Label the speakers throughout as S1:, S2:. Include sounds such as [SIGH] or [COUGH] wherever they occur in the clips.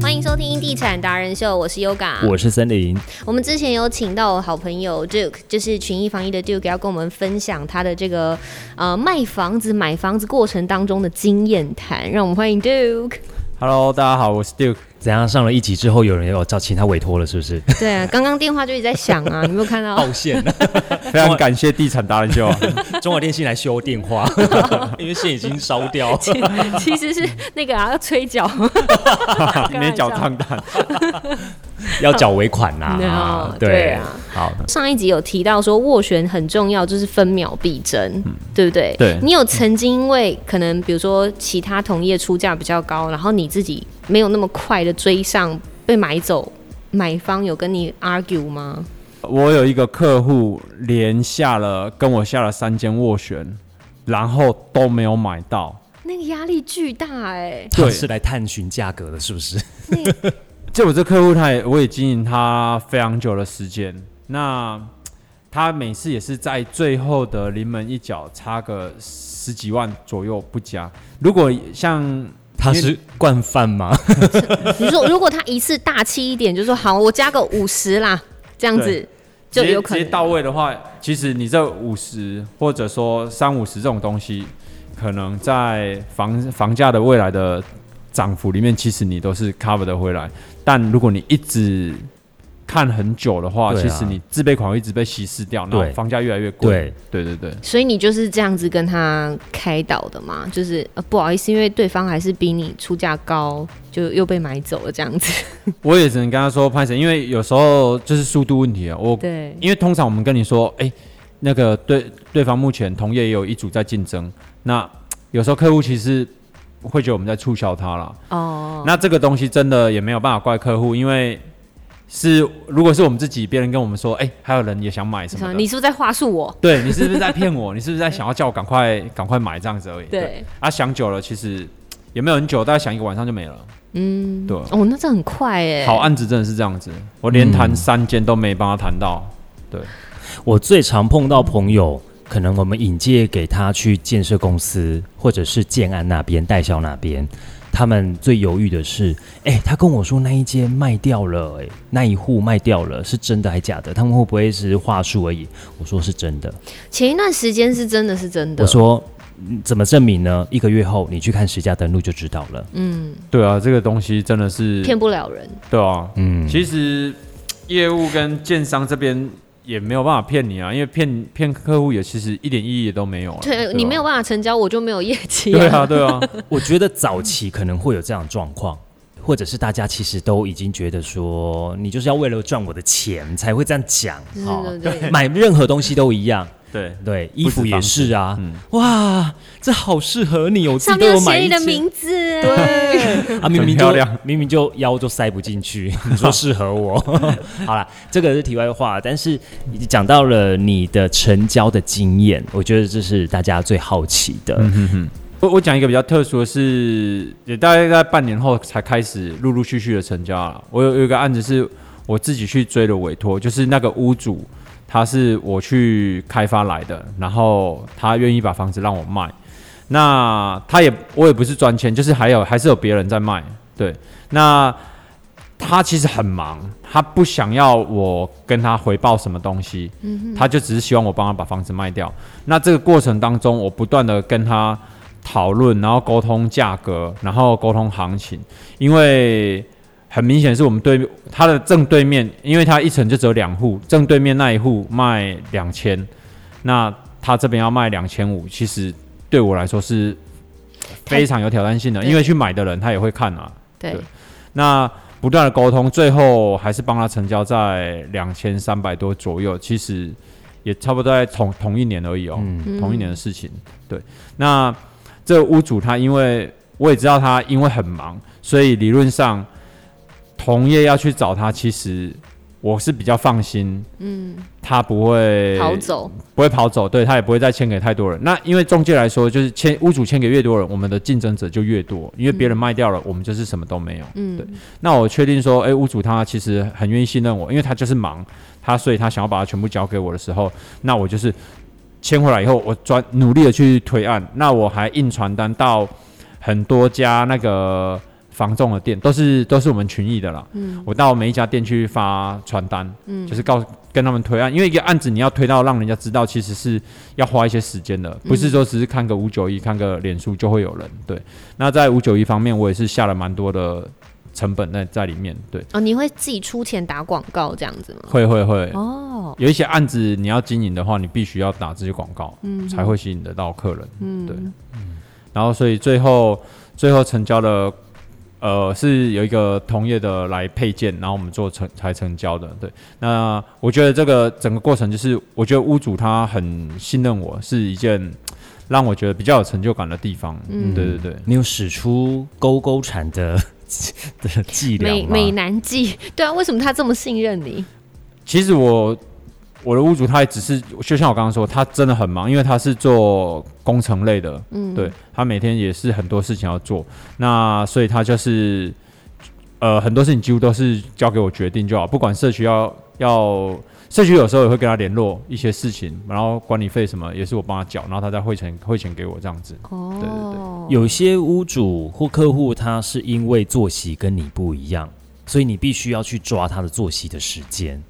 S1: 欢迎收听《地产达人秀》，我是 Yoga。
S2: 我是森林，
S1: 我们之前有请到我好朋友 Duke，就是群益防疫的 Duke，要跟我们分享他的这个呃卖房子、买房子过程当中的经验谈。让我们欢迎 [LAUGHS] Duke。
S3: Hello，大家好，我是 Duke。
S2: 怎样上了一集之后，有人要找请他委托了，是不 [LAUGHS] 是？
S1: 对啊，刚刚电话就一直在响啊，你有没有看到？
S2: 抱歉，
S3: [LAUGHS] 非常感谢地产达人 [LAUGHS] 秀啊，
S2: [LAUGHS] 中华电信来修电话， [LAUGHS] 因为线已经烧掉了。
S1: [LAUGHS] 其实是那个啊，要催缴，
S3: 没脚烫蛋。
S2: [LAUGHS] 要缴尾款呐、
S1: No，对 [LAUGHS]
S2: 对
S1: 啊，
S2: 好，
S1: 上一集有提到说斡旋很重要，就是分秒必争，对不对？
S3: 嗯对
S1: 你有曾经因为可能比如说其他同业出价比较高，然后你自己没有那么快的追上被买走，买方有跟你 argue 吗？
S3: 我有一个客户连下了跟我下了三间斡旋，然后都没有买到。
S1: 那个压力巨大哎、
S2: 他
S3: 对
S2: 是来探寻价格的，是不是？
S3: 就我这客户，他也我也经营他非常久的时间，那他每次也是在最后的临门一脚差个十几万左右不加。如果像
S2: [LAUGHS] 他是惯犯吗？
S1: [LAUGHS] 你说如果他一次大气一点，就说好，我加个五十啦，这样子
S3: 对
S1: 就
S3: 直接
S1: 有可
S3: 直接
S1: 能。
S3: 到位的话，其实你这五十或者说三五十这种东西，可能在房房价的未来的涨幅里面，其实你都是 cover 的回来。但如果你一直看很久的话，
S2: 对啊
S3: 其实你自备款会一直被稀释掉，然后
S2: 对
S3: 房价越来越贵。
S2: 对，
S3: 对对对
S1: 所以你就是这样子跟他开导的嘛，就是、呃、不好意思，因为对方还是比你出价高，就又被买走了这样子。
S3: 我也只能跟他说拍谁，因为有时候就是速度问题啊。我
S1: 对，
S3: 因为通常我们跟你说，哎、那个对对方目前同业也有一组在竞争，那有时候客户其实会觉得我们在促销他啦。
S1: 哦，
S3: 那这个东西真的也没有办法怪客户，因为是如果是我们自己，别人跟我们说，哎、还有人也想买什么
S1: 说
S3: 的，
S1: 你是不是在话术我？
S3: 对你是不是在骗我？你 [LAUGHS] 是不是在想要叫我赶快赶快买这样子而已？
S1: 对，
S3: 啊，想久了其实也没有很久，大概想一个晚上就没了。
S1: 嗯，
S3: 对
S1: 哦，那这很快哎，
S3: 好案子真的是这样子，我连谈三间都没帮他谈到。
S2: [LAUGHS]
S1: 嗯
S2: 我最常碰到朋友，可能我们引介给他去建设公司，或者是建安那边、代销那边，他们最犹豫的是，哎、他跟我说那一间卖掉了、哎，那一户卖掉了，是真的还假的？他们会不会是话术而已？我说是真的。
S1: 前一段时间是真的是真的
S2: 我，说。嗯怎么证明呢？一个月后你去看实价登录就知道了。
S1: 嗯，
S3: 对啊，这个东西真的是
S1: 骗不了人，
S3: 对啊，
S2: 嗯，
S3: 其实业务跟建商这边也没有办法骗你啊，因为骗骗客户也其实一点意义都没有啊。
S1: 对
S3: 吧
S1: 你没有。办法成交，我就没有业绩
S3: 对
S1: [LAUGHS]
S3: 啊，对啊，
S2: 我觉得早期可能会有这样的状况，或者是大家其实都已经觉得说，你就是要为了赚我的钱才会这样讲
S1: 对
S2: 哦
S1: 对
S2: [LAUGHS]
S1: 对对
S2: 买任何东西都一样，
S3: 对，
S2: 对，衣服也是啊。
S3: 嗯
S2: 哇，这好适合你，我自
S1: 上
S2: 己都
S1: 面有
S2: 有买
S1: 写
S2: 一
S1: 你的
S2: 件
S1: 名字，对，
S2: 啊，明明
S3: 很漂
S2: 就
S3: 亮
S2: [LAUGHS] 明明就腰就塞不
S3: [LAUGHS]
S2: 进去，你说适合我？ [LAUGHS] 好啦，这个是题外话，但是已经讲到了你的成交的经验，我觉得这是大家最好奇的。
S3: 嗯我我讲一个比较特殊的是，也大概在半年后才开始陆陆续续的成交了。我有有一个案子是我自己去追的委托，就是那个屋主他是我去开发来的，然后他愿意把房子让我卖。那他也我也不是专签，就是还有还是有别人在卖。对，那他其实很忙，他不想要我跟他回报什么东西，他就只是希望我帮他把房子卖掉。那这个过程当中，我不断的跟他讨论，然后沟通价格，然后沟通行情，因为很明显是我们对他的正对面，因为他一层就只有两户，正对面那一户卖两千，那他这边要卖两千五，其实对我来说是非常有挑战性的，
S1: 对
S3: 因为去买的人他也会看啊，
S1: 对
S3: 对那不断的沟通，最后还是帮他成交在两千三百多左右，其实也差不多在同同一年而已哦，同一年的事情。对，那这个屋主他因为我也知道他因为很忙，所以理论上同业要去找他，其实我是比较放心，嗯，他不会
S1: 逃走，
S3: 不会跑走，对他也不会再签给太多人。那因为中介来说，就是签屋主签给越多人，我们的竞争者就越多，因为别人卖掉了，我们就是什么都没有。
S1: 嗯
S3: 对。那我确定说，哎、屋主他其实很愿意信任我，因为他就是忙，他所以他想要把它全部交给我的时候，那我就是签回来以后，我专努力的去推案，那我还印传单到很多家那个房仲的店，都是 [LAUGHS] 都是我们群益的啦。嗯，我到每一家店去发传单，嗯，就是告诉跟他们推案，因为一个案子你要推到让人家知道，其实是要花一些时间的，不是说只是看个五九一、看个脸书就会有人。对，那在五九一方面，我也是下了蛮多的成本在在里面。对，
S1: 哦，你会自己出钱打广告这样子吗？
S3: 会会会，
S1: 哦，
S3: 有一些案子你要经营的话，你必须要打这些广告，才会吸引得到客人，对。嗯然后所以最后最后成交的，呃，是有一个同业的来配件，然后我们做成才成交的，对。那我觉得这个整个过程就是，我觉得屋主他很信任我，是一件让我觉得比较有成就感的地方，嗯，对对对。
S2: 你有使出勾勾铲的的伎俩
S1: 美
S2: 吗？
S1: 美男计，对啊，为什么他这么信任你？
S3: 其实我我的屋主他也只是，就像我刚刚说，他真的很忙，因为他是做工程类的，嗯，对他每天也是很多事情要做，那所以他就是呃很多事情几乎都是交给我决定就好，不管社区要要。社区有时候也会跟他联络一些事情，然后管理费什么也是我帮他缴，然后他再汇钱汇钱给我这样子。
S1: 哦，
S3: 对
S2: 有些屋主或客户，他是因为作息跟你不一样，所以你必须要去抓他的作息的时间。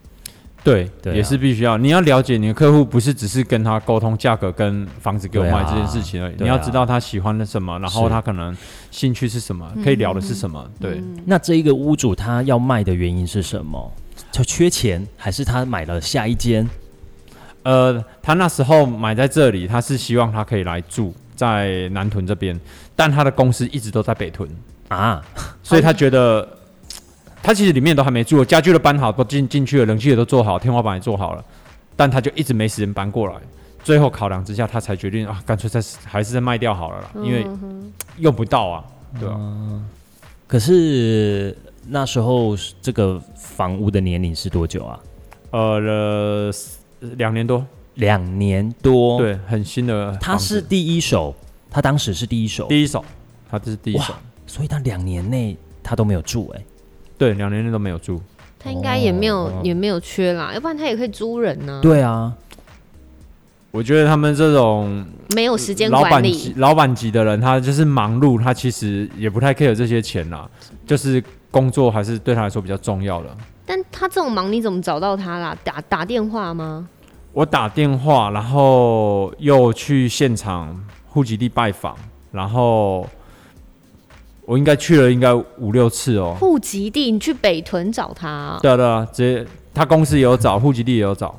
S3: 对，
S2: 对啊
S3: 也是必须要。你要了解你的客户，不是只是跟他沟通价格跟房子给我
S2: 对啊
S3: 卖这件事情而已，
S2: 对啊
S3: 你要知道他喜欢的什么，然后
S2: 是
S3: 他可能兴趣是什么，可以聊的是什么。对，
S2: 那这一个屋主他要卖的原因是什么？就缺钱，还是他买了下一间？
S3: 呃，他那时候买在这里，他是希望他可以来住在南屯这边，但他的公司一直都在北屯，
S2: 啊，
S3: 所以他觉得。他其实里面都还没住，家具都搬好，都进进去了，冷气也都做好，天花板也做好了，但他就一直没时间搬过来。最后考量之下，他才决定啊，干脆再还是再卖掉好了啦，因为
S1: 嗯哼
S3: 用不到啊，
S2: 嗯
S3: 对啊，
S2: 可是那时候这个房屋的年龄是多久啊？
S3: 呃，了两年多，
S2: 两年多。，
S3: 对，很新的房子，
S2: 哦他是第一手，他当时是第一手，
S3: 第一手，他这是第一手
S2: 哇，所以他两年内他都没有住、哎，
S3: 对，两年内都没有住，
S1: 他应该也没有、
S2: 哦
S1: 也没有缺啦，要不然他也可以租人
S3: 嗯
S1: 呢、
S2: 对啊，
S3: 我觉得他们这种
S1: 没有时间
S3: 老
S1: 管
S3: 板级
S1: 理，
S3: 老板级的人，他就是忙碌，他其实也不太 care 这些钱啦，就是工作还是对他来说比较重要的。
S1: 但他这种忙你怎么找到他啦？打打电话吗？
S3: 我打电话，然后又去现场户籍地拜访，然后我应该去了应该五六次哦，
S1: 户籍地，你去北屯找他啊、
S3: 对啊对啊，直接他公司也有找，户籍地也有找，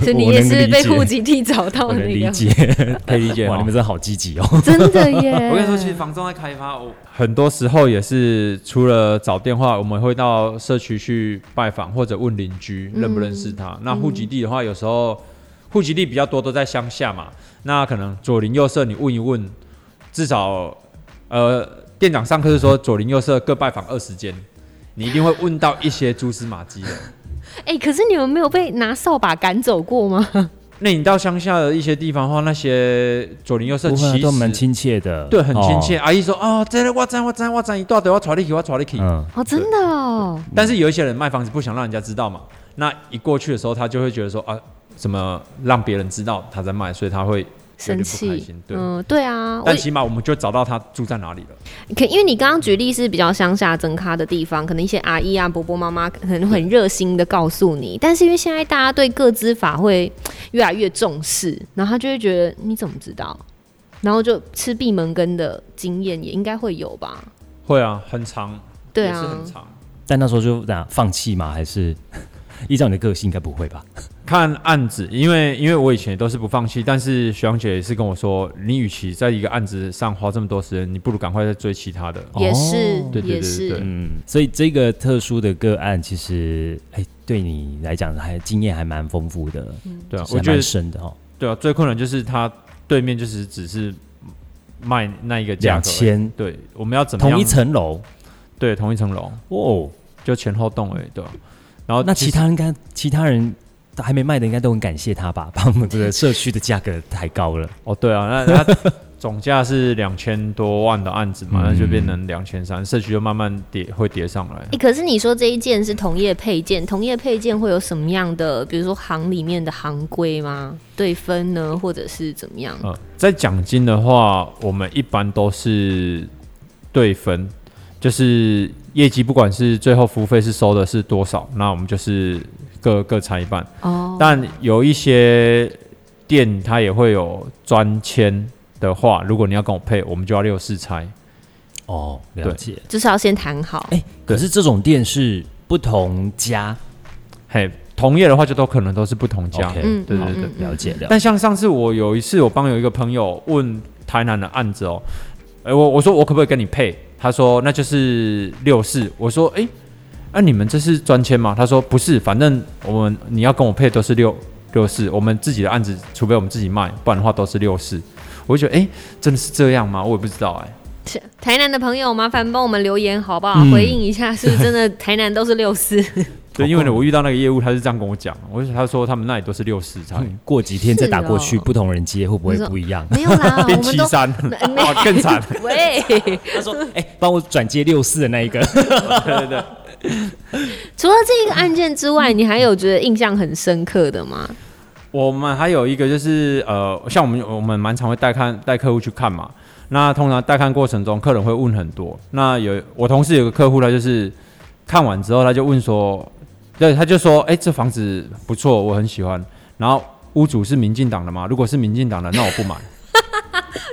S1: 所以你
S2: 我
S1: 也
S2: 能
S1: 是
S2: 理
S1: 被
S2: 解
S1: 户籍地找到
S2: 我
S1: 的
S2: 能
S1: 那
S2: 理
S1: 个，
S2: 解。
S3: 可以理解 [LAUGHS]
S2: 哇，
S3: 哦
S2: 你们真的好积极哦！
S1: [LAUGHS] 真的耶！
S3: [LAUGHS] 我跟你说，其实房仲在开发，哦我嗯很多时候也是除了找电话，我们会到社区去拜访或者问邻居认不认识他。那户籍地的话，有时候户籍地比较多都在乡下嘛，那可能左邻右舍你问一问，至少呃店长上课是说左邻右舍各拜访二十间，你一定会问到一些蛛丝马迹的。
S1: 哎、可是你们没有被拿扫把赶走过吗？
S3: [LAUGHS] 那你到乡下的一些地方的话，那些左邻右舍
S2: 不
S3: 其
S2: 会啊
S3: 实
S2: 都蛮亲切的，
S3: 对，很亲切。
S2: 哦。
S3: 阿姨说：“哦，这个我知我知我知，一大堆我传你去，我传你去。
S2: 嗯，
S1: 哦，真的哦，
S3: 但是有一些人卖房子不想让人家知道嘛，那一过去的时候，他就会觉得说啊，怎么让别人知道他在卖，所以他会有点
S1: 生
S3: 不开
S1: 气
S3: 心。。对，
S1: 嗯，对啊，我
S3: 但起码我们就找到他住在哪里了。
S1: 可因为你刚刚举例是比较乡下增咖的地方，可能一些阿姨啊、伯伯妈妈可能很热心的告诉你，但是因为现在大家对各资法会越来越重视，然后他就会觉得你怎么知道？然后就吃闭门羹的经验也应该会有吧？
S3: 会啊，很长，
S1: 对
S3: 也是
S1: 啊
S3: 很，长。
S2: 但那时候就咋放弃吗？还是 [LAUGHS] 依照你的个性，应该不会吧？
S3: 看案子，因为因为我以前也都是不放弃，但是徐阳姐也是跟我说，你与其在一个案子上花这么多时间，你不如赶快再追其他的。
S1: 也是，
S3: 对对对
S1: 也是，
S3: 对对
S2: 嗯，所以这个特殊的个案，其实哎、对你来讲还经验还蛮丰富的，
S3: 对啊，
S2: 是
S3: 我
S2: 还
S3: 觉得
S2: 蛮深的哦，
S3: 对啊，最困难就是他对面就是只是卖那一个价
S2: 两
S3: 格而已。
S2: 千
S3: 对，我们要怎么样？
S2: 同一层楼
S3: 对，同一层楼。
S2: 哦。
S3: 就前后动而已，对吧、然后
S2: 那呃其他应该其他人还没卖的，应该都很感谢他吧， [LAUGHS] 把我们这个社区的价格抬高了。
S3: 哦，对啊，那那总价是两千多万的案子嘛，
S2: 嗯
S3: 那就变成两千三，社区就慢慢叠会叠上来
S1: 哎、。可是你说这一件是同业配件，同业配件会有什么样的，比如说行里面的行规吗？对分呢，或者是怎么
S3: 啊
S1: 样？
S3: 呃，在奖金的话，我们一般都是对分，就是业绩不管是最后服务费是收的是多少，那我们就是各各裁一半。
S1: 哦，
S3: 但有一些店它也会有专签的话，如果你要跟我配，我们就要六四拆。
S2: 哦，了解。
S1: 就是要先谈好。
S2: 哎，可是这种店是不同家
S3: 嘿，同业的话就都可能都是不同家。
S2: ，OK，
S1: 嗯
S3: 对
S2: 好
S3: 对对
S2: 了解了解。
S3: 但像上次我有一次，我帮有一个朋友问台南的案子哦，哎、我我说我可不可以跟你配？他说那就是六四。我说哎，那、你们这是专签吗？他说不是，反正我们你要跟我配都是六六四，我们自己的案子，除非我们自己卖，不然的话都是六四。我就觉得哎、真的是这样吗？我也不知道哎、
S1: 是台南的朋友，麻烦帮我们留言好不好？
S2: 嗯
S1: 回应一下，是不是真的台南都是六
S3: [LAUGHS]
S1: 四？
S3: 对，因为呢，我遇到那个业务，他是这样跟我讲，我就他说他们那里都是六四才，
S2: 过几天再打过
S1: 是
S2: 去，
S1: 哦
S2: 不同人接会不会
S1: 你说
S2: 不
S1: [LAUGHS]
S2: 一样？
S1: 没有
S3: [LAUGHS]
S1: 啦，我
S3: [LAUGHS] 变
S1: 们
S3: 七
S1: 都 [LAUGHS]
S3: 三， [LAUGHS]
S1: 没
S3: 哇，哦更惨。
S1: [LAUGHS] 喂。
S2: 他说：“哎、帮我转接六四的那一个。
S3: 对对对，
S1: 除了这一个案件之外，你还有觉得印象很深刻的吗？
S3: 我们还有一个就是呃，像我们我们蛮常会带看带客户去看嘛。那通常带看过程中，客人会问很多。那有我同事有个客户，他就是看完之后，他就问说，对，他就说，哎、这房子不错，我很喜欢。然后屋主是民进党的吗？如果是民进党的，那我不
S2: [LAUGHS]
S3: 买。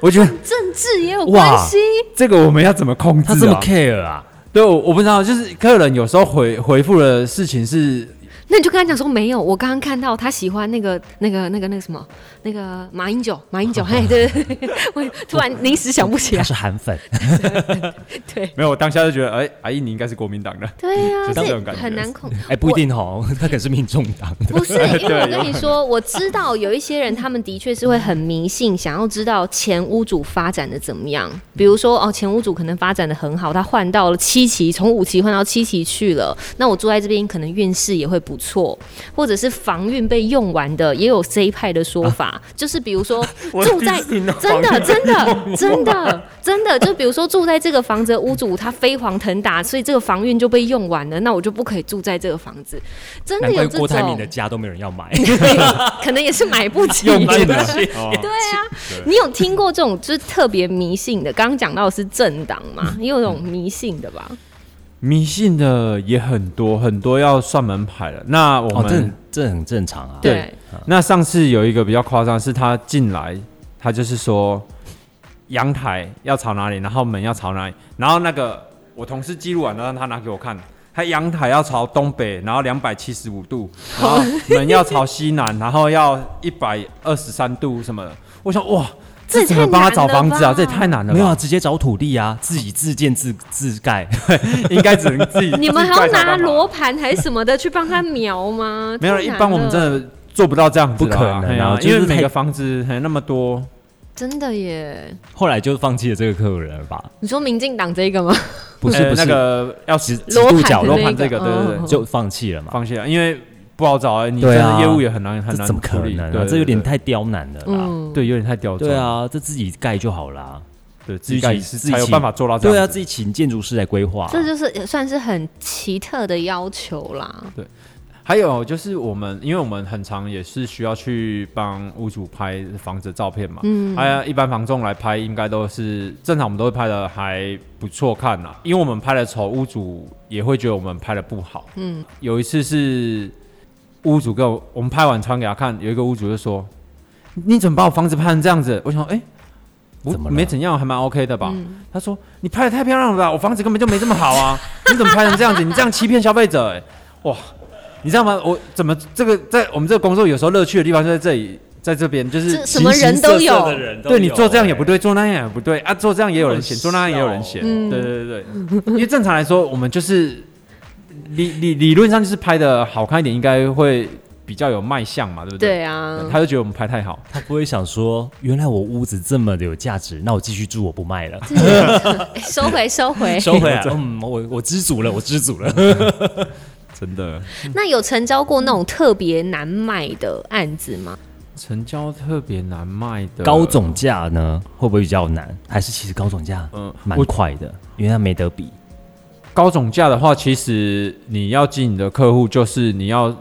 S3: 我觉得
S1: 政治也有关系，
S3: 这个我们要怎么控”制
S2: 他这么
S3: 啊？
S2: care 啊？
S3: 对，我我不知道，就是客人有时候回回复的事情是
S1: 那你就跟他讲说没有，我刚刚看到他喜欢那个那个那个那个什么那个马英九，马
S3: [LAUGHS]
S1: 英九，嘿，对对对， [LAUGHS] 我突然临时想不起
S2: 他
S1: 来，
S2: 是韩粉，
S1: 对
S3: 没有，我当下就觉得，哎、阿姨你应该是国民党的。
S1: 对呀、
S3: 就
S1: 啊，
S3: 是这
S1: 这
S3: 种感觉
S1: 很难控。
S2: 哎、不一定哦，他可是民众党的。
S3: [LAUGHS]
S1: 不是，因为我
S3: 对有
S1: 跟你说，我知道有一些人，他们的确是会很迷信，想要知道前屋主发展的怎么样。比如说，哦，前屋主可能发展的很好，他换到了七期，从五期换到七期去了，那我住在这边可能运势也会不错，或者是房运被用完的，也有这一派的说法，
S3: [LAUGHS]
S1: 就是比如说住在
S3: 第一次听到
S1: 真
S3: 房
S1: 的
S3: 运
S1: 真的真的真的，就比如说住在这个房子的屋主他飞黄腾达，所以这个房运就被用完了，那我就不可以住在这个房子，真的
S2: 难
S1: 有
S2: 怪
S1: 这
S2: 郭
S1: 种。
S2: 台铭的家都没有人
S1: [LAUGHS]
S2: 要买，
S1: 可能也是买不起。
S2: 用尽了。
S1: [LAUGHS] 对啊，你有听过这种就是特别迷信的？刚刚讲到的是政党嘛，你有那种迷信的吧？
S3: 迷信的也很多，很多要算门牌了。那我
S2: 哦，这
S3: 们、
S2: 很这很正常啊。
S3: 对那上次有一个比较夸张，是他进来，他就是说阳台要朝哪里，然后门要朝哪里，然后那个我同事记录完了，让他拿给我看。他阳台要朝东北，然后两百七十五度，然后门要朝西南，然后要一百二十三度什么的。我想哇，
S1: 这也
S3: 怎么
S1: 太
S3: 帮他
S1: 难
S3: 找
S1: 了
S3: 房子啊？
S1: 吧
S3: 这也太难了吧，
S2: 没有啊，直接找土地啊，自己自建自自盖。 [LAUGHS]
S3: 应该只能自己。
S1: 你们
S3: 自己
S1: 还要
S3: 怪找
S1: 拿
S3: 办法
S1: 罗盘还是什么的去帮他描吗？啊
S3: [LAUGHS] 没有，
S1: 太
S3: 一
S1: 难
S3: 般我们
S1: 了
S3: 真的做不到这样子啦，
S2: 不可能啊
S3: 嘿啊，
S2: 就是
S3: 因为每
S2: 太
S3: 个房子还那么多，
S1: 真的耶。
S2: 后来就放弃了这个客人了吧？
S1: 你说民进党这个吗？
S2: 不是
S3: 呃
S2: 不是，
S3: 那个要
S2: 几
S3: 实
S2: 几
S1: [LAUGHS] 罗
S2: 度
S1: 盘
S2: 角
S1: 的
S3: 罗
S2: 落
S1: 那
S3: 盘这个对对对
S1: 哦
S2: 就放弃了嘛？
S3: 放啊下，因为不好找啊，你真
S2: 对啊
S3: 的业务也很难很
S2: 这
S3: 难
S2: 怎么可
S3: 处理
S2: 能
S3: 对
S2: 啊？
S3: 对
S2: 这有点
S3: 对
S2: 太刁难了
S3: 啊
S2: 啦。
S1: 嗯，
S3: 对，有点太刁钻。
S2: 对，啊，这自己盖就好啦。
S3: 对，
S2: 自
S3: 自
S2: 己
S3: 己盖是
S2: 自己
S3: 才有
S2: 起
S3: 办法做到这
S2: 对啊，
S3: 样子。
S2: 自己请建筑师来规划啊。
S1: 这就是也算是很奇特的要求啦。
S3: 还有就是我们，因为我们很常也是需要去帮屋主拍房子的照片嘛，嗯，哎呀，一般房仲来拍应该都是正常，我们都会拍的还不错看啦，因为我们拍的丑，屋主也会觉得我们拍的不好，嗯，有一次是屋主跟我我们拍完传给他看，有一个屋主就说：“你怎么把我房子拍成这样子？”我想，哎、我
S2: 怎么了
S3: 没怎样，还蛮 OK 的吧？他说：“你拍的太漂亮了吧，我房子根本就没这么好啊！ [LAUGHS] 你怎么拍成这样子？你这样欺骗消费者、哎，哇！你知道吗？我怎么这个在我们这个工作有时候乐趣的地方就在这里，在这边就是
S1: 这什么人都
S2: 形形色色
S1: 有
S2: 的，人都有
S3: 对你做这样也
S2: 欸
S3: 不对，做那样也不对啊，做这样也有人嫌，
S2: 好
S3: 做那样也有人
S2: 笑
S3: 嫌。
S2: 哦
S3: 对对对对，因为正常来说，我们就是理理理论上就是拍的好看一点，应该会比较有卖相嘛，对不对？
S1: 对啊，
S3: [LAUGHS] 他就觉得我们拍太好，
S2: 他不会想说，原来我屋子这么的有价值，那我继续住我不卖
S1: [LAUGHS]
S2: 了，
S1: 哎收回收回。
S2: 收回来。嗯，我我知足
S3: [LAUGHS]
S2: 了，我知足了。 [LAUGHS]
S3: 真的
S1: 那有成交过那种特别难卖的案子吗？
S3: 成交特别难卖的
S2: 高总价呢，会不会比较难？还是其实高总价
S3: 嗯
S2: 蛮
S3: 我
S2: 快的，因为它没得比。
S3: 高总价的话，其实你要进你的客户，就是你要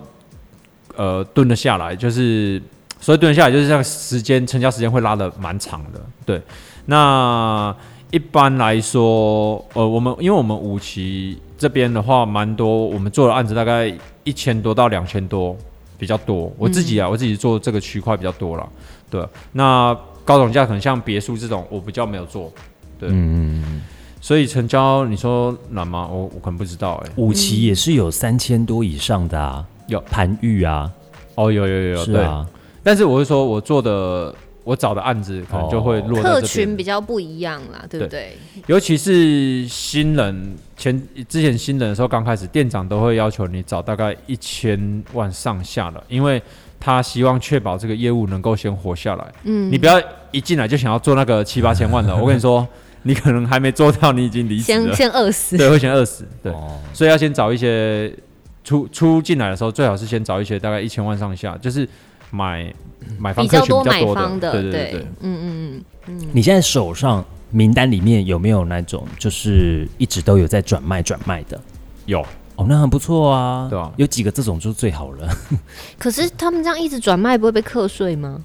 S3: 呃蹲得下来，就是所以蹲得下来，就是这样时间成交时间会拉的蛮长的。对，那一般来说，呃，我们因为我们五期这边的话，蛮多我们做的案子大概一千多到两千多比较多。我自己啊，我自己做这个区块比较多啦。对，那高总价可能像别墅这种，我比较没有做。对，
S2: 嗯，
S3: 所以成交你说难吗？我我可能不知道哎、
S2: 五
S1: 嗯
S2: 期也是有三千多以上的啊，
S3: 有
S2: 盘玉啊，
S3: 哦，有有有有，
S2: 是
S3: 对。
S2: 啊，
S3: 但是我是说我做的，我找的案子可能就会落在这边
S1: 哦客群比较不一样啦，对不对？
S3: 尤其是新人前之前新人的时候，刚开始店长都会要求你找大概一千万上下的，因为他希望确保这个业务能够先活下来。嗯，你不要一进来就想要做那个七八千万的，我跟你说，你可能还没做到，你已经离职
S1: 先
S3: 了，
S1: 先饿死，
S3: 对，会先饿死。对，
S1: 嗯
S2: 哦
S3: 所以要先找一些出出进来的时候，最好是先找一些大概一千万上下，就是买买房
S1: 比
S3: 客
S1: 较
S3: 群比
S1: 买
S3: 较多
S1: 方
S3: 的，对
S1: 对
S3: 对对。
S1: 嗯嗯
S2: 你现在手上名单里面有没有那种就是一直都有在转卖转卖的？
S3: 有
S2: 哦，那很不错啊，
S3: 对啊
S2: 有几个这种就最好了。
S1: 嗯。可是他们这样一直转卖，不会被课税吗？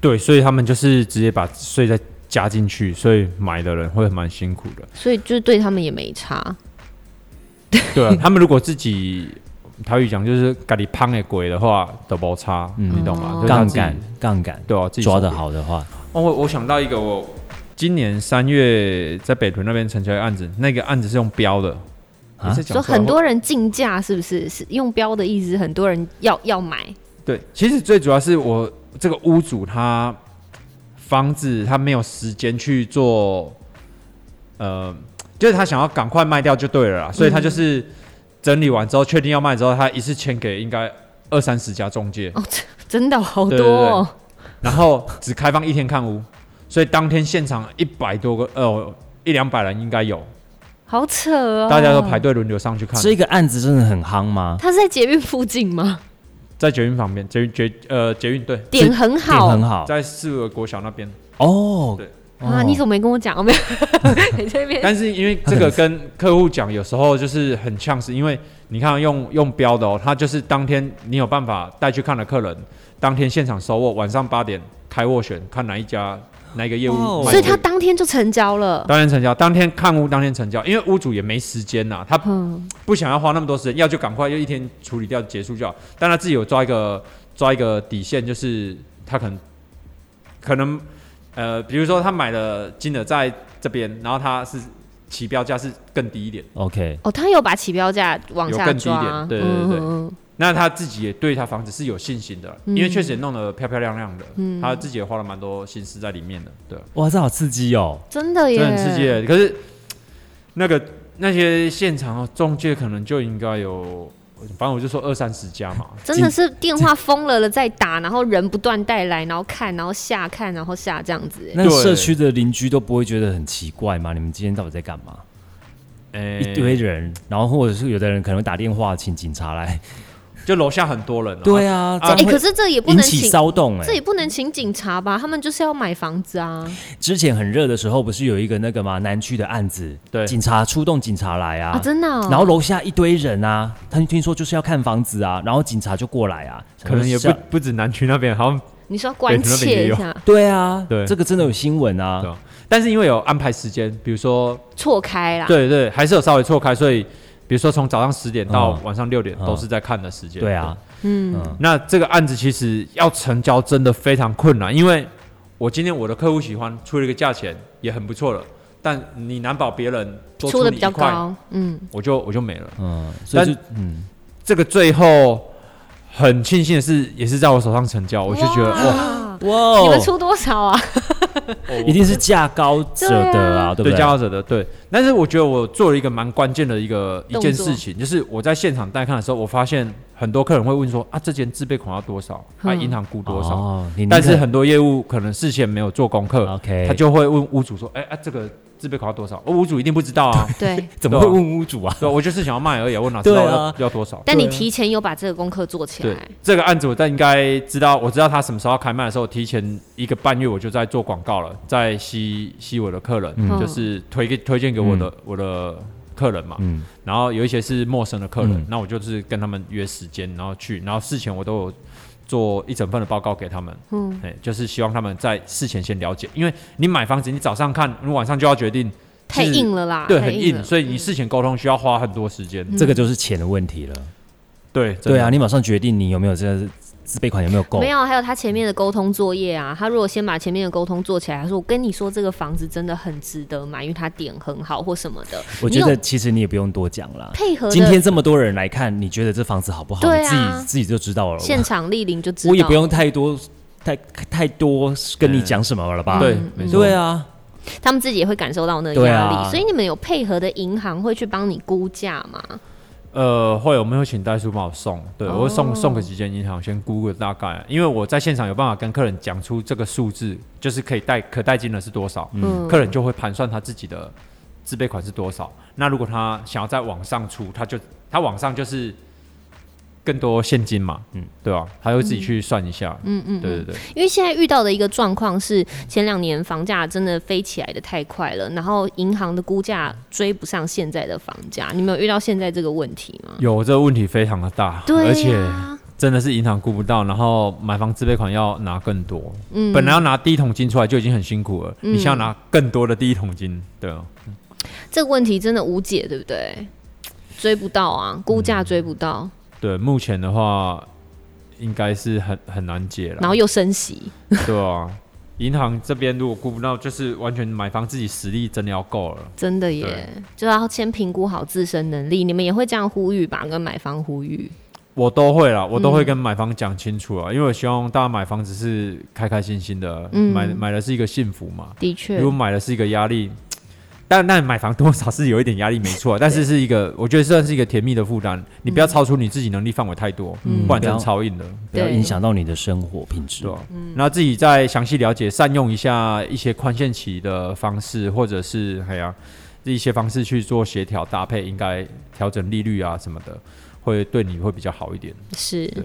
S3: 对，所以他们就是直接把税再加进去，所以买的人会蛮辛苦 [LAUGHS] 的。
S1: 所以就是对他们也没差。
S3: 对、啊，他们如果自己台语讲就是咖喱胖的鬼的话，都没差，你懂吗？就是他
S2: 嗯杠
S3: 自己
S2: 杆，杠杆
S3: 对啊，自己
S2: 抓
S3: 手
S2: 得
S3: 背。
S2: 好的话，
S3: 哦，我我想到一个，我今年三月在北屯那边成交一个案子，那个案子是用标的，
S2: 啊
S3: 你是讲
S1: 说
S3: 出来
S1: 很
S3: 会
S1: 多人竞价是不是？是用标的意思，很多人要要买。
S3: 对，其实最主要是我这个屋主他房子他没有时间去做，呃，就是他想要赶快卖掉就对了啦，所以他就是整理完之后确定要卖之后，他一次签给应该二三十家中介，
S1: 哦，这真的好多、
S3: 对对对
S1: 哦。
S3: 然后只开放一天看屋，所以当天现场一百多个呃一两百人应该有，
S1: 好扯哦！
S3: 大家都排。队轮流上去看，
S2: 这个案子真的很夯吗？
S1: 他是在捷运附近吗？
S3: 在捷运旁边，捷运捷呃捷运对，
S1: 点很
S2: 也
S1: 好
S2: 很好
S3: 在四个国小那边。
S2: 哦
S3: 对。
S1: 啊！你怎么没跟我讲？我
S3: [LAUGHS]
S1: 没有，你这 [LAUGHS] 边
S3: 但是因为这个跟客户讲，有时候就是很呛，是因为你看用用标的哦，他就是当天你有办法带去看的客人，当天现场收货，晚上八点开斡旋，看哪一家哪一个业务
S2: 哇
S3: 卖
S2: 哦
S3: 最贵，
S1: 所以他当天就成交了。
S3: 当天成交，当天看屋，当天成交，因为屋主也没时间呐、他
S1: 嗯，
S3: 不想要花那么多时间，要就赶快就一天处理掉结束就好。但他自己有抓一个抓一个底线，就是他可能可能呃，比如说他买的金额在这边，然后他是起标价是更低一点，
S2: OK，
S1: 哦，他有把起标价往
S3: 有
S1: 下
S3: 更低一
S1: 抓，
S3: 点对对对
S1: 嗯嗯
S3: 那他自己也对他房子是有信心的，因为确实也弄得漂漂亮亮的，他自己也花了蛮多心思在里面的，对，
S2: 哇，这好刺激哦！
S1: 真的耶，
S3: 真的很刺激耶。可是那个那些现场哦中介可能就应该有，反正我就说二三十家嘛，
S1: 真的是电话疯了了再打，然后人不断带来，然后看，然后下看，然后下这样子耶。
S2: 那
S3: 对
S2: 社区的邻居都不会觉得很奇怪吗？你们今天到底在干嘛？
S3: 哎、
S2: 一堆人，然后或者是有的人可能会打电话请警察来。
S3: 就楼下很多人、啊，
S2: 对啊，
S3: 啊
S2: 这
S1: 哎，
S2: 样
S1: 可
S2: 会
S1: 是这也不
S2: 引
S1: 能
S2: 起
S1: 请，
S2: 骚动哎
S1: 这。也不能请警察吧？他们就是要买房子啊。
S2: 之前很热的时候，不是有一个那个嘛南区的案子，
S3: 对
S2: 警察出动警察来
S1: 啊，
S2: 啊，
S1: 真的哦。
S2: 然后楼下一堆人啊，他听说就是要看房子啊，然后警察就过来啊，
S3: 可能也不
S2: 想说
S3: 不止南区那边，好像
S1: 你说要关
S3: 北屯那边
S1: 切
S3: 也
S1: 一
S3: 有
S1: 下，
S2: 对啊，
S3: 对
S2: 这个真的有新闻啊
S3: 对，啊但是因为有安排时间，比如说，
S1: 错开
S2: 啊
S1: 啦。
S3: 对对，还是有稍微错开，所以比如说从早上十点到晚上六点
S2: 嗯
S3: 都是在看的时间。
S2: 对啊，
S3: 对，那这个案子其实要成交真的非常困难，因为我今天我的客户喜欢出了一个价钱也很不错了，但你难保别人多
S1: 出的
S3: 你一
S1: 比较
S3: 块，
S1: 高，嗯，
S3: 我就我就没了。
S2: 嗯，所以就
S3: 但
S2: 嗯，
S3: 这个最后很庆幸的是，也是在我手上成交，我就觉得哇，
S1: 哇，
S2: 哇
S1: 你们
S2: 哦，
S1: 出多少啊？
S3: 我
S2: 一定是价高者得啊，对不
S3: 对
S2: 对？
S3: 加者的对，但是我觉得我做了一个蛮关键的一个一
S1: 动
S3: 件
S1: 作
S3: 事情，就是我在现场带看的时候，我发现很多客人会问说啊，这间自备款要多少？啊，
S1: 嗯
S3: 银行估多少？
S2: 哦，你
S3: 但是很多业务可能事先没有做功课，
S2: OK，
S3: 他就会问屋主说，哎啊，这个自备款要多少？哦，屋主一定不知道
S2: [LAUGHS]
S3: 啊，
S1: [LAUGHS] 对，
S2: 怎么会问屋主啊？
S3: 对，我就是想要卖而已，我哪知
S2: 对
S3: 道
S2: 啊
S3: 要要多少？
S1: 但你提前有把这个功课做起
S3: 对
S1: 来，
S3: 这个案子，我在应该知道，我知道他什么时候要开卖的时候，提前一个半月我就在做广告了，在吸吸我的客人，
S1: 嗯
S3: 就是推给推荐给我的、我的客人嘛。
S2: 嗯，
S3: 然后有一些是陌生的客人，
S2: 嗯
S3: 那我就是跟他们约时间，然后去，然后事前我都有做一整份的报告给他们，
S1: 嗯，
S3: 哎，就是希望他们在事前先了解，因为你买房子，你早上看，你晚上就要决定，
S1: 太
S3: 是
S1: 硬了啦，
S3: 对，
S1: 太
S3: 很硬，
S1: 了嗯
S3: 所以你事前沟通需要花很多时间。
S2: 这个就是钱的问题了。
S3: 对，真的
S2: 对啊，，你马上决定你有没有这个自备款有没有够
S1: 没。有，还有他前面的沟通作业啊，他如果先把前面的沟通做起来，他说我跟你说这个房子真的很值得买，因为它点很好或什么的，
S2: 我觉
S1: 你
S2: 得
S1: 有
S2: 其实你也不用多讲啦。
S1: 配合的
S2: 今天这么多人来看，你觉得这房子好不好？
S1: 对
S2: 你自
S1: 啊
S2: 己自己就知道了。
S1: 现场莅临就知道，
S2: 我也不用太多太太多跟你讲什么了吧？
S3: 对，
S1: 嗯
S3: 没错，
S2: 对啊，
S1: 他们自己也会感受到那个
S2: 对
S1: 压
S2: 啊
S1: 力，所以你们有配合的银行会去帮你估价吗？
S3: 呃，会有没有请代书帮我送？对，
S1: 哦
S3: 我会送送给几间银行，先估个大概，因为我在现场有办法跟客人讲出这个数字，就是可以贷可贷金额是多少，
S1: 嗯
S3: 客人就会盘算他自己的自备款是多少。那如果他想要再往上出，他就他往上就是更多现金嘛，嗯，对吧、他会自己去算一下，嗯嗯，对对对，
S1: 因为现在遇到的一个状况是，前两年房价真的飞起来的太快了，然后银行的估价追不上现在的房价，你们有遇到现在这个问题吗？
S3: 有这个问题非常的大，
S1: 对、呀
S3: 而且真的是银行顾不到，然后买房自备款要拿更多，
S1: 嗯
S3: 本来要拿第一桶金出来就已经很辛苦了，你现在要拿更多的第一桶金，对啊，
S1: 这个问题真的无解，对不对？追不到啊，估
S3: 嗯
S1: 价追不到，
S3: 对，目前的话应该是很很难解
S1: 然
S3: 了，
S1: 后又升息，
S3: 对啊，银行这边如果顾不到，就是完全买房自己实力真的要够了，
S1: 真的耶，就要先评估好自身能力。你们也会这样呼吁吧？跟买方呼吁，
S3: 我都会啦，我都
S1: 嗯
S3: 会跟买房讲清楚啊，因为我希望大家买房子是开开心心的，
S1: 嗯
S3: 买买的是一个幸福嘛，
S1: 的确
S3: 如，果买的是一个压力，但但买房多少是有一点压力，没错，啊但是是一个我觉得算是一个甜蜜的负担，你不要超出你自己能力范围太多，
S2: 嗯
S3: 不然真的
S2: 不要
S3: 超硬的，
S2: 不要
S1: 对
S2: 影响到你的生活品质
S3: 对。吧？然后自己再详细了解，善用一下一些宽限期的方式，或者是哎呀一些方式去做协调搭配，应该调整利率啊什么的，会对你会比较好一点。
S1: 是
S3: 对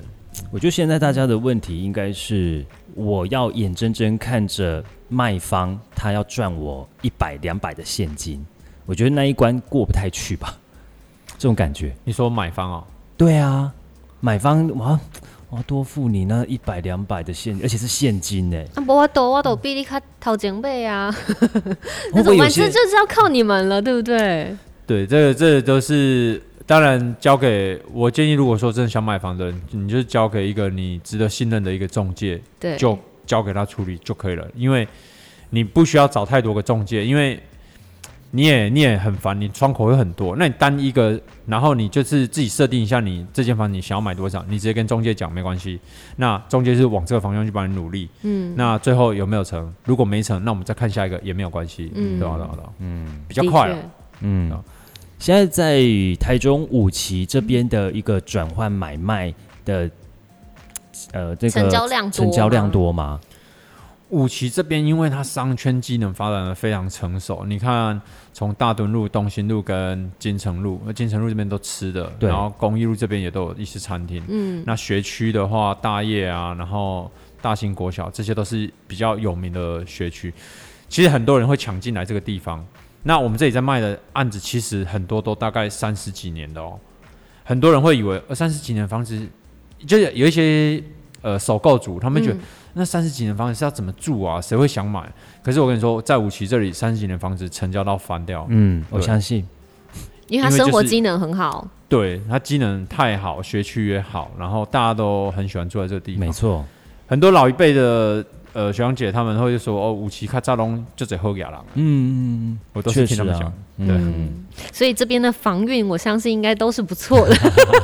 S2: 我觉得现在大家的问题应该是，我要眼睁睁看着卖方他要赚我一百两百的现金，我觉得那一关过不太去吧， [LAUGHS] 这种感觉。
S3: 你说买方哦，
S2: 对啊，买方我要我要多付你那一百两百的现，而且是现金呢、
S1: 啊，不我抖我抖比你卡掏前辈啊，
S3: 嗯
S2: 会
S1: 那
S2: 不
S1: 怎
S2: 会
S1: 么
S2: 有
S1: 办？这
S2: 些
S1: 就是要靠你们了，对不对？
S3: 对，这个这个都是当然交给我建议，如果说真的想买房的人，你就交给一个你值得信任的一个中介，
S1: 对，
S3: 就交给他处理就可以了，因为你不需要找太多个中介，因为你也你也很烦，你窗口会很多，那你单一个，然后你就是自己设定一下你这间房你想要买多少，你直接跟中介讲没关系，那中介是往这个方向去帮你努力，嗯，那最后有没有成？如果没成，那我们再看下一个也没有关系，嗯，对吧、对吧、对吧嗯，比较
S1: 的
S3: 快
S1: 确
S3: 了，
S2: 嗯，现在在台中五期这边的一个转换买卖的，呃，这个
S1: 成交量多
S2: 成交量多吗？
S3: 五期这边，因为它商圈机能发展的非常成熟，你看从大墩路、东兴路跟金城路，呃金城路这边都吃的，
S2: 对
S3: 然后公益路这边也都有一些餐厅。
S1: 嗯，
S3: 那学区的话，大业啊，然后大兴国小，这些都是比较有名的学区。其实很多人会抢进来这个地方。那我们这里在卖的案子，其实很多都大概三十几年的哦。很多人会以为呃三十几年的房子，就是有一些呃首购族，他们
S2: 嗯
S3: 觉得、那三十几年房子是要怎么住啊？谁会想买？可是我跟你说，在五期这里三十几年房子成交到翻掉，
S2: 嗯，我
S3: 对
S2: 相信。
S1: 因为他
S3: 因为
S1: 生活
S3: 就是
S1: 机能很好，
S3: 对它机能太好，学区也好，然后大家都很喜欢住在这个地方
S2: 没。错，
S3: 很多老一辈的呃学长姐他们会说哦，五期卡扎龙就只喝雅郎，
S2: 嗯，
S3: 我都
S2: 确
S3: 是听他
S2: 实
S3: 们讲 [LAUGHS]
S2: 啊，，
S3: 对，
S2: 嗯，
S1: 所以这边的房运我相信应该都是不错的， [LAUGHS]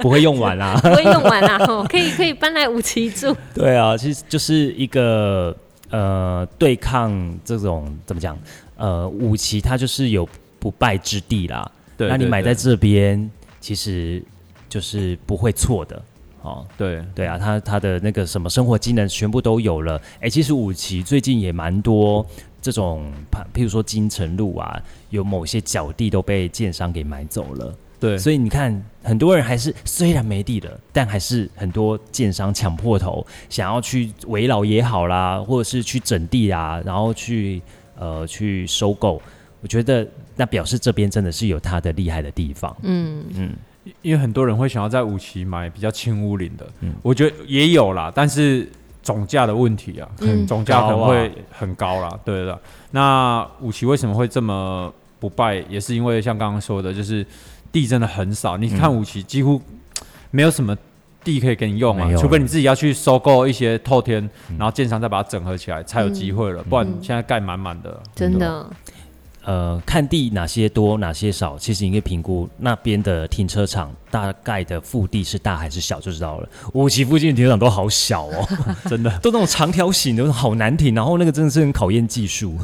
S2: 不会用完
S3: 啊
S2: 啦、
S1: 不会用完啦，吼可以可以搬来五期住。
S2: [LAUGHS] 对啊，其实就是一个呃，对抗这种怎么讲？呃，武器它就是有不败之地啦。
S3: 对，
S2: 那你
S3: 对
S2: 买在
S3: 对
S2: 这边，其实就是不会错的。哦，
S3: 对
S2: 对啊，他他的那个什么生活技能全部都有了。哎，其实五期最近也蛮多这种，譬如说金城路啊，有某些角地都被建商给买走了。
S3: 对，
S2: 所以你看，很多人还是虽然没地了，但还是很多建商抢破头，想要去围老也好啦，或者是去整地啊，然后去呃去收购。我觉得那表示这边真的是有它的厉害的地方。
S1: 嗯，
S3: 因为很多人会想要在五期买比较轻屋龄的，
S2: 嗯
S3: 我觉得也有啦，但是总价的问题啊，
S1: 嗯
S3: 总价可能
S2: 高啊
S3: 会很高啦，对的。那五期为什么会这么不败，也是因为像刚刚说的，就是地真的很少，你
S2: 嗯
S3: 看五期几乎没有什么。地可以给你用啊
S2: 没，有嗯
S3: 除非你自己要去收购一些透天，然后建商再把它整合起来，才有机会了。不然现在盖满满的，
S1: 真的，
S3: 嗯
S2: 呃，看地哪些多哪些少，其实你可以评估那边的停车场大概的腹地是大还是小就知道了。五期附近的停车场都好小 [LAUGHS] 哦，
S3: 真的，
S2: 都那种长条形的，好难停。然后那个真的是很考验技 [LAUGHS] 术，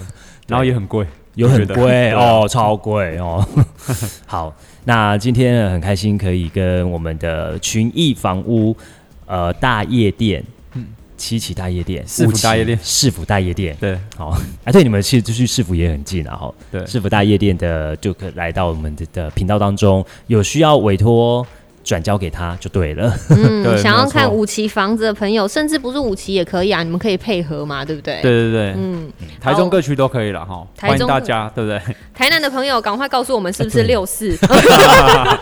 S3: 然后也很贵。
S2: 有很
S3: 我觉
S2: 贵
S3: 得
S2: 哦，超贵哦。 [LAUGHS] 好，那今天呢很开心可以跟我们的群益房屋呃大夜店，七期嗯大夜店，
S3: 市府
S2: 五期
S3: 大夜店
S2: 市府大夜店。
S3: [LAUGHS] 对，
S2: 好，哎、对，你们其实去市府也很近啊，哈。
S3: 对
S2: 市府大夜店的就可来到我们的的频道当中，有需要委托转交给他就对了。
S3: 对
S1: 嗯，想
S3: 没
S1: 要
S3: 有错
S1: 看五期房子的朋友，甚至不是五期也可以啊，你们可以配合嘛，对不对？，
S3: 对对对，
S1: 嗯，
S3: 台中各区都可以了哈，
S1: 台
S3: 欢迎
S1: 中
S3: 大家，对不 [LAUGHS] 对？
S1: 台南的朋友赶快告诉我们是不
S3: 啊
S1: 是六
S3: [LAUGHS]
S1: 四，哦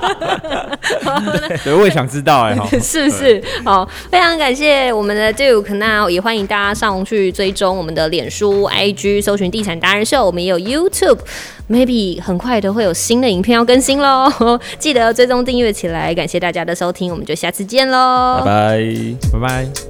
S3: 对，我也想知道哎
S1: [LAUGHS]
S3: 哈。
S1: 是不是？好，非常感谢我们的 Duke，那也欢迎大家上去追踪我们的脸书、IG，搜寻“地产达人秀”，我们也有 YouTube，maybe 很快的会有新的影片要更新喽， [LAUGHS] 记得追踪订阅起来。感谢大家的收听，我们就下次见喽，
S2: 拜。
S3: 拜拜。